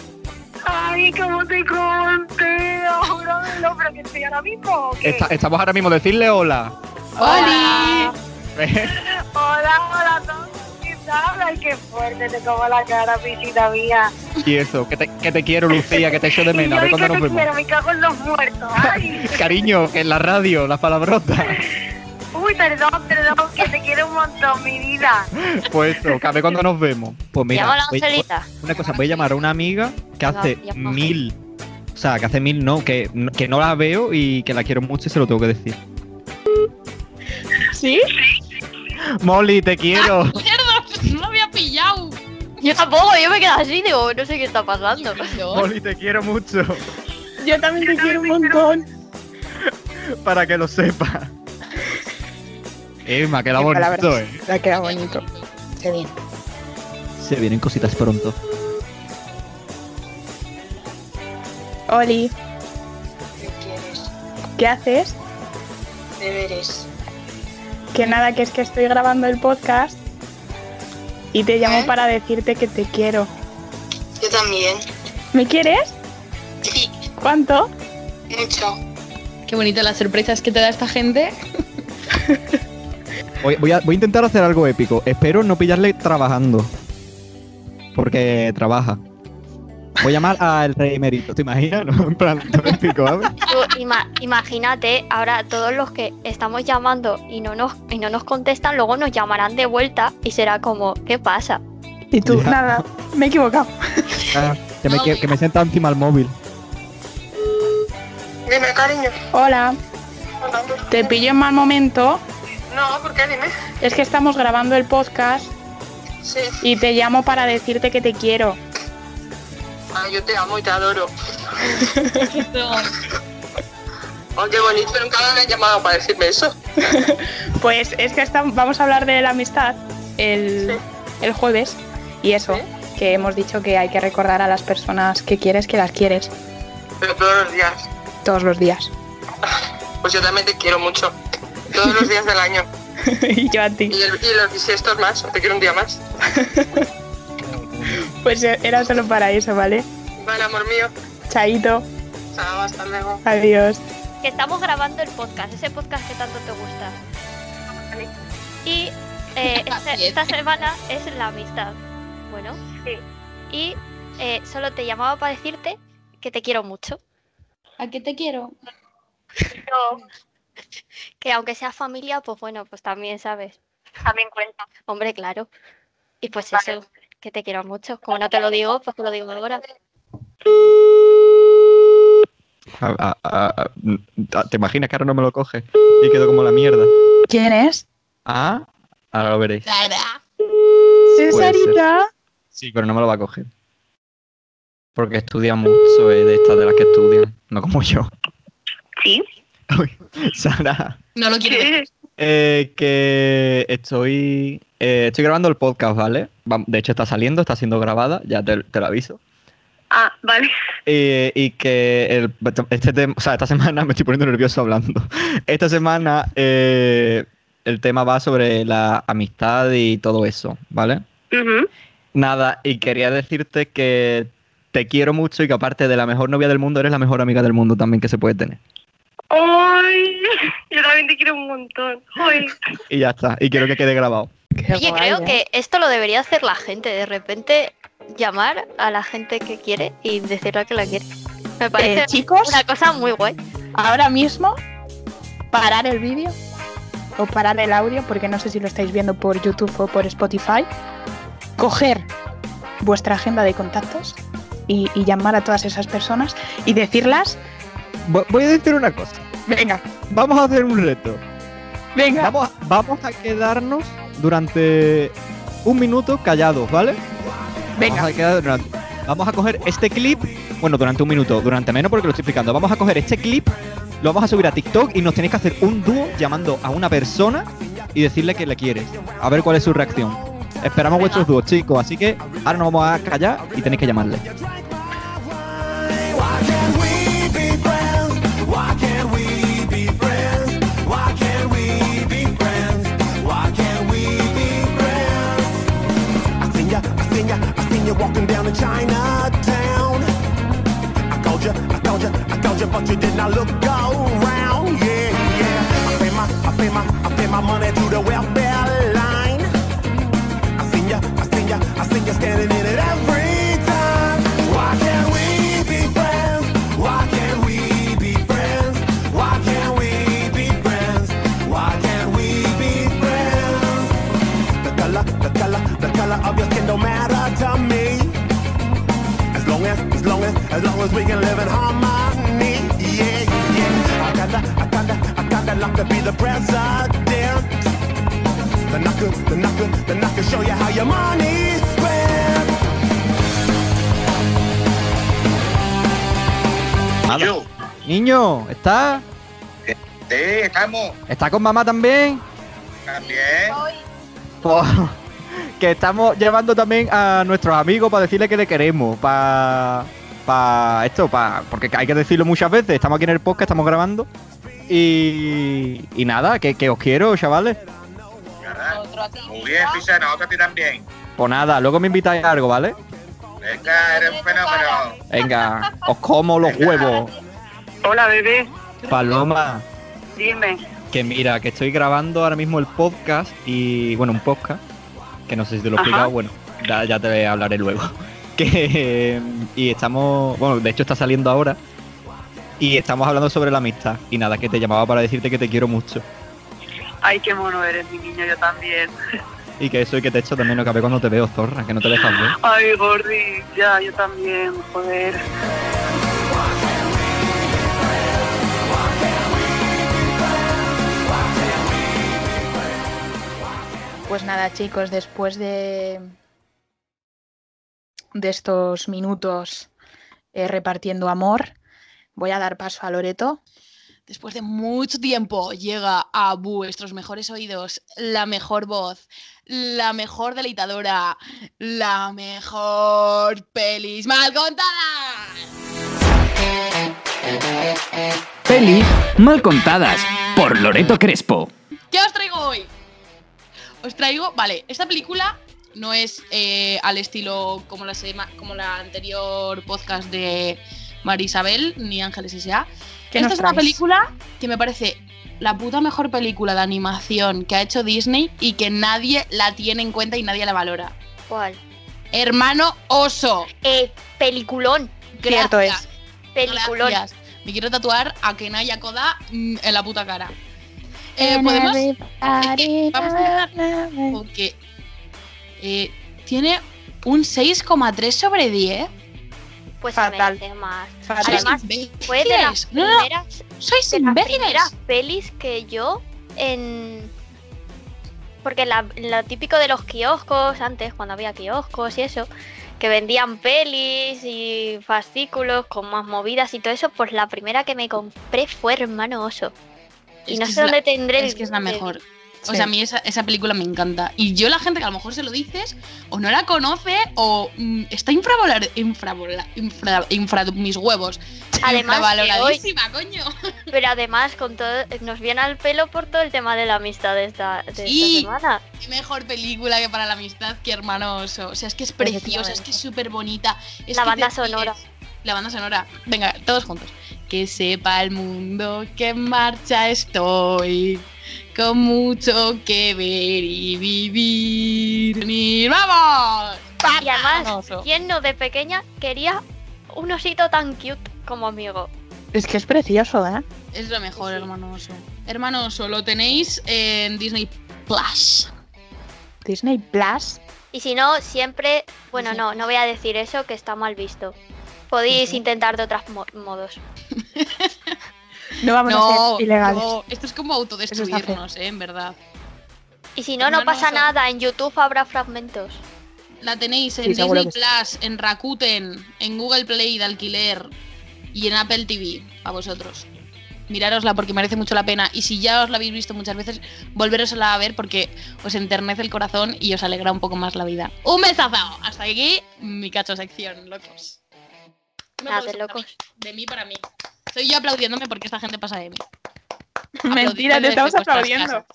Speaker 1: Ay, cómo te conteo. Júramelo, pero que estoy ahora mismo. ¿o qué?
Speaker 5: Esta- estamos ahora mismo, decirle hola.
Speaker 6: ¡Oli!
Speaker 1: Hola, hola a todos. ¿Qué tal? Ay, qué fuerte te como la cara, pisita mía.
Speaker 5: Y eso, que te, que te quiero, Lucía, que te echo de
Speaker 1: Y yo
Speaker 5: menos. A ver
Speaker 1: vi
Speaker 5: cuándo
Speaker 1: que
Speaker 5: nos
Speaker 1: te
Speaker 5: vemos.
Speaker 1: quiero, me cago en los muertos. Ay.
Speaker 5: Cariño, que en la radio, las palabrotas.
Speaker 1: Uy, perdón, perdón, que te quiero un montón, mi vida.
Speaker 5: Pues eso, que a ver cuándo nos vemos. Pues mira,
Speaker 4: Llama a la
Speaker 5: voy-
Speaker 4: Angelita.
Speaker 5: una cosa, voy a llamar a una amiga que
Speaker 4: Venga,
Speaker 5: hace
Speaker 4: llama a Ángel.
Speaker 5: mil. O sea, que hace mil no, que, que no la veo y que la quiero mucho y se lo tengo que decir.
Speaker 4: ¿Sí?
Speaker 5: Molly, te quiero.
Speaker 6: ¡Mierda! Ah, ¡No lo había pillado!
Speaker 4: Yo tampoco, yo me quedo así, digo, no sé qué está pasando.
Speaker 5: Molly, te quiero mucho.
Speaker 3: Yo también te quiero un montón.
Speaker 5: Para que lo sepa. Emma, queda
Speaker 3: Qué
Speaker 5: bonito,
Speaker 3: palabras.
Speaker 5: eh.
Speaker 3: Te ha quedado bonito. Qué bien.
Speaker 5: Se vienen cositas pronto.
Speaker 3: Oli,
Speaker 11: ¿Qué quieres?
Speaker 3: ¿qué haces?
Speaker 11: Deberes.
Speaker 3: Que nada, que es que estoy grabando el podcast y te llamo para decirte que te quiero.
Speaker 11: ¿Eh? Yo también.
Speaker 3: ¿Me quieres?
Speaker 11: Sí.
Speaker 3: ¿Cuánto?
Speaker 11: Mucho.
Speaker 6: Qué bonita las sorpresas que te da esta gente.
Speaker 5: Voy, voy a, voy a intentar hacer algo épico. Espero no pillarle trabajando. Porque trabaja. Voy a llamar al rey emérito, ¿te imaginas? No, En plan, todo épico, ¿sabes?
Speaker 4: Tú ima- imagínate ahora todos los que estamos llamando y no nos y no nos contestan, luego nos llamarán de vuelta y será como, ¿qué pasa?
Speaker 3: Y tú,
Speaker 5: Ya.
Speaker 3: nada, me he equivocado.
Speaker 5: Ah, que, me, que, que me sienta encima el móvil.
Speaker 11: Dime, cariño.
Speaker 3: Hola,
Speaker 11: Hola.
Speaker 3: te pillo en mal momento.
Speaker 11: No, ¿por qué? Dime.
Speaker 3: Es que estamos grabando el podcast
Speaker 11: Sí.
Speaker 3: y te llamo para decirte que te quiero.
Speaker 11: Ah, yo te amo y te adoro.
Speaker 6: No,
Speaker 11: Oye, Oh, bonito, nunca me han llamado para decirme eso.
Speaker 3: Pues es que está- vamos a hablar de la amistad el, el jueves y eso, que hemos dicho que hay que recordar a las personas que quieres que las quieres
Speaker 11: Pero todos los días.
Speaker 3: todos los días.
Speaker 11: Pues yo también te quiero mucho. Todos los días del año.
Speaker 3: y yo a ti.
Speaker 11: Y, el- y los bisiestos más. Te quiero un día más.
Speaker 3: Pues era solo para eso, ¿vale?
Speaker 11: Vale, amor mío.
Speaker 3: Chaito,
Speaker 11: Chao, hasta luego.
Speaker 3: adiós.
Speaker 4: Que estamos grabando el podcast, ese podcast que tanto te gusta. Y eh, esta, esta semana es la amistad. Bueno, sí. Y eh, solo te llamaba para decirte que te quiero mucho.
Speaker 6: ¿A qué te quiero?
Speaker 4: Que aunque sea familia, pues bueno, pues también sabes. También cuenta. Hombre, claro. Y pues eso, que te quiero mucho. Como no te lo digo, pues te lo digo ahora.
Speaker 5: A- a- a- a- n- a- ¿Te imaginas que ahora no me lo coge? Y quedo como la mierda.
Speaker 3: ¿Quién es?
Speaker 5: Ah, ahora lo veréis.
Speaker 3: Cesarita.
Speaker 5: Sí, pero no me lo va a coger. Porque estudia mucho, es de estas de las que estudian, no como yo.
Speaker 1: Sí.
Speaker 5: Sara,
Speaker 6: No lo quiero. ver.
Speaker 5: eh, que estoy, eh, estoy grabando el podcast, ¿vale? Va- De hecho está saliendo, está siendo grabada, ya te, te lo aviso.
Speaker 1: Ah, vale.
Speaker 5: Eh, y que el- este tem- o sea, esta semana me estoy poniendo nervioso hablando. Esta semana eh, el tema va sobre la amistad y todo eso, ¿vale?
Speaker 1: Ujú.
Speaker 5: Nada, y quería decirte que te quiero mucho y que aparte de la mejor novia del mundo, eres la mejor amiga del mundo también que se puede tener.
Speaker 1: Ay, yo también te quiero un montón. Ay.
Speaker 5: Y ya está, y quiero que quede grabado.
Speaker 4: Oye,
Speaker 3: ¿eh?
Speaker 4: creo que esto lo debería hacer la gente. De repente llamar a la gente que quiere y decirle que la quiere. Me parece
Speaker 3: Eh, chicos.
Speaker 4: una cosa muy guay.
Speaker 3: Ahora mismo, parar el vídeo o parar el audio, porque no sé si lo estáis viendo por YouTube o por Spotify. Coger vuestra agenda de contactos y, y llamar a todas esas personas y decirlas,
Speaker 5: Voy a decir una cosa.
Speaker 3: venga,
Speaker 5: Vamos a hacer un reto.
Speaker 3: venga,
Speaker 5: Vamos, vamos a quedarnos durante un minuto callados, ¿vale?
Speaker 3: venga.
Speaker 5: Vamos a, quedar durante- vamos a coger este clip, bueno, durante un minuto, durante menos porque lo estoy explicando. Vamos a coger este clip, lo vamos a subir a TikTok y nos tenéis que hacer un dúo llamando a una persona y decirle que le quieres. A ver cuál es su reacción. Esperamos vuestros dúos, chicos, así que ahora nos vamos a callar y tenéis que llamarle.
Speaker 10: Yo,
Speaker 5: Niño, ¿está?
Speaker 12: Sí, estamos.
Speaker 5: ¿Está con mamá también?
Speaker 12: También.
Speaker 5: Pues, que estamos llevando también a nuestros amigos para decirle que le queremos, para para esto, para porque hay que decirlo muchas veces, estamos aquí en el podcast, estamos grabando. Y, y nada, que, que os quiero, chavales.
Speaker 12: Muy bien, Pisa, nosotros a ti también.
Speaker 5: Pues nada, luego me invitáis a algo, ¿vale?
Speaker 12: Venga, eres un fenómeno.
Speaker 5: Venga, os como los huevos.
Speaker 13: Hola, bebé.
Speaker 5: Paloma,
Speaker 13: Dime.
Speaker 5: que mira, que estoy grabando ahora mismo el podcast y, bueno, un podcast, que no sé si te lo he
Speaker 13: Ajá.
Speaker 5: explicado, bueno, ya, ya te hablaré luego. Que, y estamos, bueno, de hecho está saliendo ahora y estamos hablando sobre la amistad y nada, que te llamaba para decirte que te quiero mucho
Speaker 13: Ay, qué mono eres, mi niño, yo también.
Speaker 5: y que eso y que te echo también lo que cuando te veo, zorra, que no te dejas ver.
Speaker 13: Ay, Gordi, ya, yo también, joder.
Speaker 3: Pues nada, chicos, después de, de estos minutos eh, repartiendo amor, voy a dar paso a Loreto.
Speaker 6: Después de mucho tiempo llega a vuestros mejores oídos la mejor voz, la mejor deleitadora, la mejor pelis mal contada.
Speaker 2: Pelis mal contadas por Loreto Crespo.
Speaker 6: ¿Qué os traigo hoy? Os traigo, vale, esta película no es eh, al estilo como la, sema- como la anterior podcast de Marisabel ni Ángeles S.A.
Speaker 3: ¿Qué
Speaker 6: Esta
Speaker 3: nos
Speaker 6: es una
Speaker 3: traes?
Speaker 6: película que me parece la puta mejor película de animación que ha hecho Disney y que nadie la tiene en cuenta y nadie la valora.
Speaker 4: ¿Cuál?
Speaker 6: Hermano Oso.
Speaker 4: Eh, peliculón.
Speaker 3: Cierto es.
Speaker 4: Peliculón.
Speaker 6: Gracias. Me quiero tatuar a Kenai Yakoda mm, en la puta cara. Eh, ¿Podemos? Vamos a empezar porque eh, tiene un 6,3 sobre 10.
Speaker 4: Pues
Speaker 3: Fatal.
Speaker 4: se merece más.
Speaker 3: Fatal.
Speaker 4: Además, fue de las
Speaker 6: No, no, no.
Speaker 4: primeras,
Speaker 6: Sois
Speaker 4: de las
Speaker 6: imbéciles.
Speaker 4: primeras pelis que yo en... Porque la, lo típico de los kioscos, antes cuando había kioscos y eso, que vendían pelis y fascículos con más movidas y todo eso, pues la primera que me compré fue Hermano Oso. Y
Speaker 6: Es
Speaker 4: no
Speaker 6: que es
Speaker 4: sé dónde
Speaker 6: la-
Speaker 4: tendré el-
Speaker 6: Es que es la
Speaker 4: el-
Speaker 6: mejor. O
Speaker 4: Sí.
Speaker 6: sea, a mí esa, esa película me encanta. Y yo la gente que a lo mejor se lo dices, o no la conoce, o mm, está infravalorada. Infravalorada. Infra, infra- mis huevos.
Speaker 4: Además,
Speaker 6: Infravaloradísima,
Speaker 4: que hoy-
Speaker 6: coño.
Speaker 4: Pero además con todo, nos viene al pelo por todo el tema de la amistad de esta, de esta
Speaker 6: Sí.
Speaker 4: semana.
Speaker 6: Qué mejor película que para la amistad que hermano oso. O sea, es que es preciosa, es que es súper bonita. es
Speaker 4: La
Speaker 6: que
Speaker 4: banda
Speaker 6: te
Speaker 4: sonora.
Speaker 6: ríes. La banda sonora. Venga, todos juntos. Que sepa el mundo que en marcha estoy. Con mucho que ver y vivir. ¡Y vamos!
Speaker 4: Y además,
Speaker 6: Hermano oso.
Speaker 4: ¿quién no de pequeña quería un osito tan cute como amigo?
Speaker 3: Es que es precioso, ¿eh?
Speaker 6: Es lo mejor, hermano oso. Hermano oso, lo tenéis en Disney Plus.
Speaker 3: Disney Plus.
Speaker 4: Y si no, siempre, bueno, no, no voy a decir eso, que está mal visto. Podéis intentar de otros mo- modos.
Speaker 3: No vamos a
Speaker 6: No,
Speaker 3: ser ilegales.
Speaker 6: no, esto es como autodestruirnos, eh, en verdad.
Speaker 4: Y si no, no
Speaker 6: Hermano
Speaker 4: pasa
Speaker 6: oso.
Speaker 4: nada, en YouTube habrá fragmentos.
Speaker 6: La tenéis en
Speaker 4: Sí, seguro
Speaker 6: Disney Plus, en Rakuten, en Google Play de alquiler y en Apple TV, a vosotros. Mirárosla porque merece mucho la pena. Y si ya os la habéis visto muchas veces, volverosla a ver porque os enternece el corazón y os alegra un poco más la vida. ¡Un besazo! Hasta aquí mi cacho sección, locos. Un
Speaker 4: Nada,
Speaker 6: aplauso para
Speaker 4: locos.
Speaker 6: mí, De mí para mí. Soy yo aplaudiéndome porque esta gente pasa de mí.
Speaker 3: Mentira, te
Speaker 6: Aplaudidme
Speaker 3: estamos
Speaker 6: desde vuestras
Speaker 3: aplaudiendo.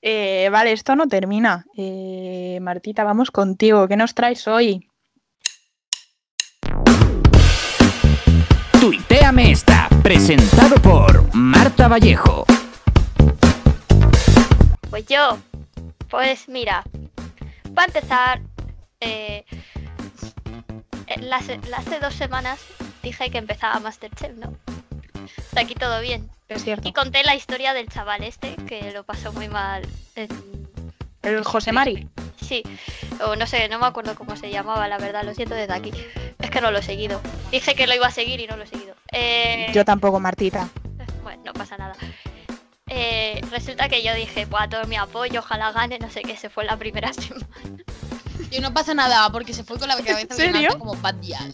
Speaker 3: Eh, vale, esto no termina. Eh, Martita, vamos contigo. ¿Qué nos traes hoy?
Speaker 2: Tuiteame está presentado por Marta Vallejo.
Speaker 4: Pues yo, pues mira, para empezar, eh, eh, la se- la hace dos semanas dije que empezaba Masterchef, ¿no? Hasta aquí todo bien.
Speaker 3: Es cierto.
Speaker 4: Y conté la historia del chaval este que lo pasó muy mal. en-
Speaker 3: El José Mari.
Speaker 4: Sí, o no sé, no me acuerdo cómo se llamaba, la verdad, lo siento desde aquí. Es que no lo he seguido. Dije que lo iba a seguir y no lo he seguido. Eh,
Speaker 3: Yo tampoco, Martita.
Speaker 4: bueno, no pasa nada. Eh, resulta que yo dije, pues todo mi apoyo, ojalá gane, no sé qué, se fue la primera semana.
Speaker 6: Y no pasa nada porque se fue con la cabeza
Speaker 4: serio?
Speaker 6: sonando como Bad Gyal.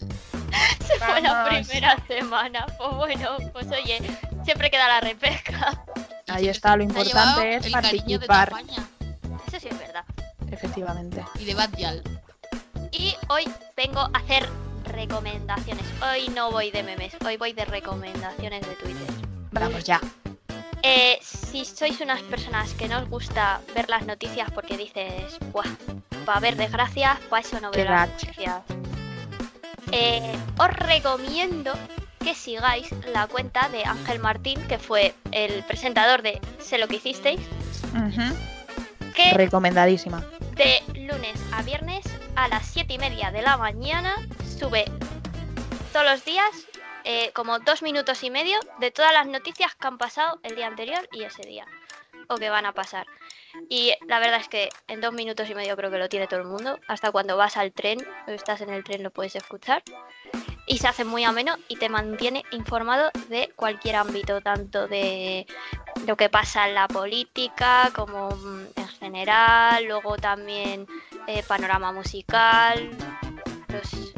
Speaker 4: Se fue la
Speaker 6: Vamos.
Speaker 4: primera semana. Pues bueno, pues oye, siempre queda la repesca.
Speaker 3: Ahí está, lo
Speaker 6: Se ha llevado
Speaker 3: importante es
Speaker 6: el cariño de tu
Speaker 3: participar.
Speaker 6: España
Speaker 4: Eso sí es verdad.
Speaker 3: Efectivamente.
Speaker 6: y de Bad Gyal.
Speaker 4: Y hoy vengo a hacer recomendaciones. Hoy no voy de memes, hoy voy de recomendaciones de Twitter.
Speaker 3: Vamos ya.
Speaker 4: Eh, si sois unas personas que no os gusta ver las noticias porque dices, Buah, para ver desgracias, para eso no
Speaker 3: Qué
Speaker 4: veo las
Speaker 3: gacho.
Speaker 4: noticias. Eh, os recomiendo que sigáis la cuenta de Ángel Martín, que fue el presentador de Sé lo que hicisteis,
Speaker 6: Eh,
Speaker 4: que
Speaker 3: Eh, Recomendadísima.
Speaker 4: de lunes a viernes a las 7 y media de la mañana sube todos los días eh, como dos minutos y medio de todas las noticias que han pasado el día anterior y ese día o que van a pasar. Y la verdad es que en dos minutos y medio creo que lo tiene todo el mundo. Hasta cuando vas al tren o estás en el tren lo puedes escuchar. Y se hace muy ameno y te mantiene informado de cualquier ámbito, tanto de lo que pasa en la política como mm, en general, luego también eh, panorama musical, los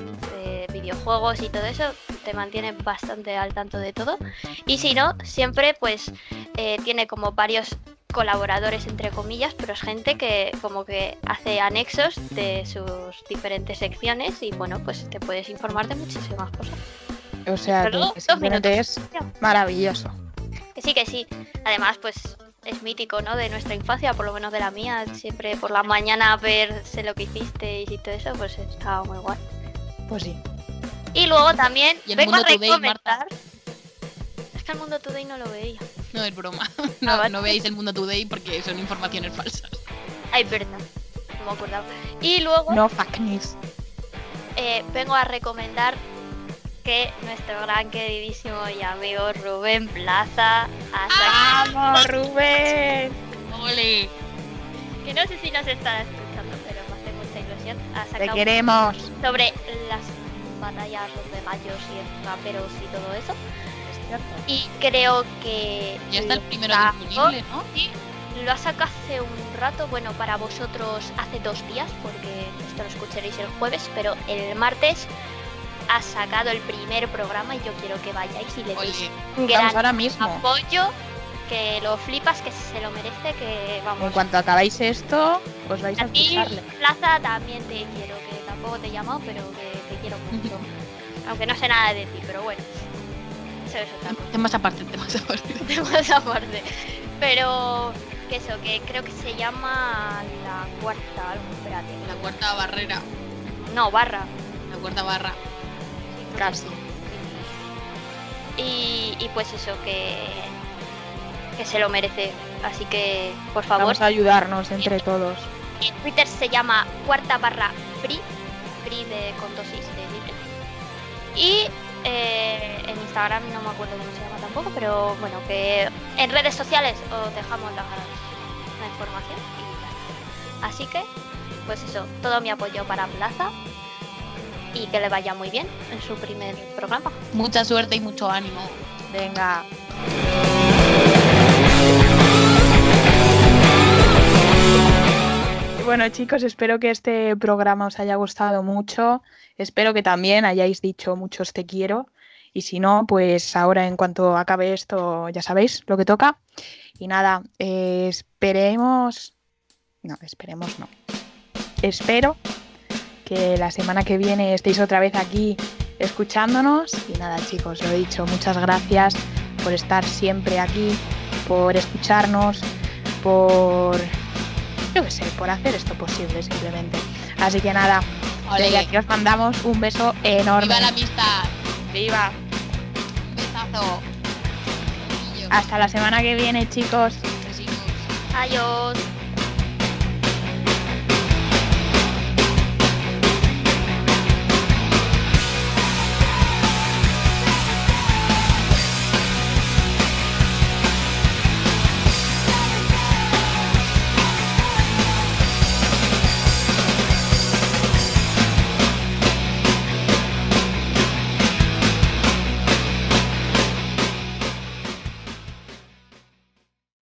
Speaker 4: eh, videojuegos y todo eso, te mantiene bastante al tanto de todo. Y si no, siempre pues eh, tiene como varios colaboradores entre comillas, pero es gente que como que hace anexos de sus diferentes secciones y bueno, pues te puedes informar de muchísimas cosas.
Speaker 3: O sea,
Speaker 4: Pero
Speaker 3: que
Speaker 4: dos
Speaker 3: simplemente es
Speaker 4: minutos.
Speaker 3: maravilloso.
Speaker 4: Que sí, que sí. Además, pues es mítico, ¿no? De nuestra infancia, por lo menos de la mía. Siempre por la mañana ver sé lo que hiciste y todo eso, pues estaba muy guay.
Speaker 3: Pues sí.
Speaker 4: Y luego también
Speaker 6: Y el
Speaker 4: vengo a
Speaker 6: Mundo Today,
Speaker 4: recomendar. Es que el mundo today no lo veía.
Speaker 6: No es broma.
Speaker 4: Ah,
Speaker 6: No, no veáis el mundo today porque son informaciones falsas.
Speaker 4: Ay, perdón. No me acordaba. Y luego
Speaker 3: No fuck news.
Speaker 4: eh, vengo a recomendar que nuestro gran queridísimo y amigo Rubén Plaza ha sacado-
Speaker 3: ¡Vamos, Rubén!
Speaker 6: ¡Ole!
Speaker 4: que no sé si nos estará escuchando, pero me hace mucha ilusión. Ha
Speaker 3: ¡Te
Speaker 4: sacado un-
Speaker 3: queremos!
Speaker 4: sobre las batallas de gallos y raperos y todo eso. Y creo que.
Speaker 6: Ya está el primero
Speaker 4: sacó-
Speaker 6: disponible, ¿no?
Speaker 4: Sí, lo ha sacado hace un rato, bueno, para vosotros hace dos días, porque esto lo escucharéis el jueves, pero el martes ha sacado el primer programa y yo quiero que vayáis y le deis un
Speaker 3: Vamos
Speaker 4: gran
Speaker 3: ahora mismo.
Speaker 4: apoyo, que lo flipas, que se lo merece, que
Speaker 3: En
Speaker 4: vamos.
Speaker 3: cuanto acabáis esto, os vais a
Speaker 4: A ti,
Speaker 3: escucharle.
Speaker 4: Plaza, también te quiero, que tampoco te he llamado, pero que te quiero mucho. Aunque no sé nada de ti, pero bueno. Eso es otra cosa.
Speaker 6: Temas aparte, temas aparte.
Speaker 4: Temas aparte. Pero que eso, que creo que se llama la cuarta, algo, espérate.
Speaker 6: La cuarta barrera.
Speaker 4: No, barra.
Speaker 6: La cuarta barra.
Speaker 3: Casi.
Speaker 4: Y, y pues eso, que, que se lo merece. Así que, por favor,
Speaker 3: Vamos a ayudarnos entre todos.
Speaker 4: en Twitter se llama cuarta barra free, free de con dosis de libre. Y eh, en Instagram no me acuerdo cómo se llama tampoco, pero bueno, que en redes sociales os dejamos la, la información. y ya. Así que, pues eso, todo mi apoyo para Plaza y que le vaya muy bien en su primer programa.
Speaker 6: Mucha suerte y mucho ánimo.
Speaker 3: Venga. Y Bueno chicos, espero que este programa os haya gustado mucho. Espero que también hayáis dicho muchos te quiero. Y si no, pues ahora en cuanto acabe esto, ya sabéis lo que toca. Y nada, eh, esperemos... No, esperemos no. Espero que la semana que viene estéis otra vez aquí escuchándonos. Y nada, chicos, lo he dicho, muchas gracias por estar siempre aquí, por escucharnos, por. Yo qué sé, por hacer esto posible simplemente. Así que nada,
Speaker 6: Ole.
Speaker 3: desde aquí os mandamos un beso enorme.
Speaker 6: ¡Viva la amistad!
Speaker 3: ¡Viva!
Speaker 6: Un besazo.
Speaker 3: Hasta la semana que viene, chicos.
Speaker 6: Besitos.
Speaker 4: Adiós.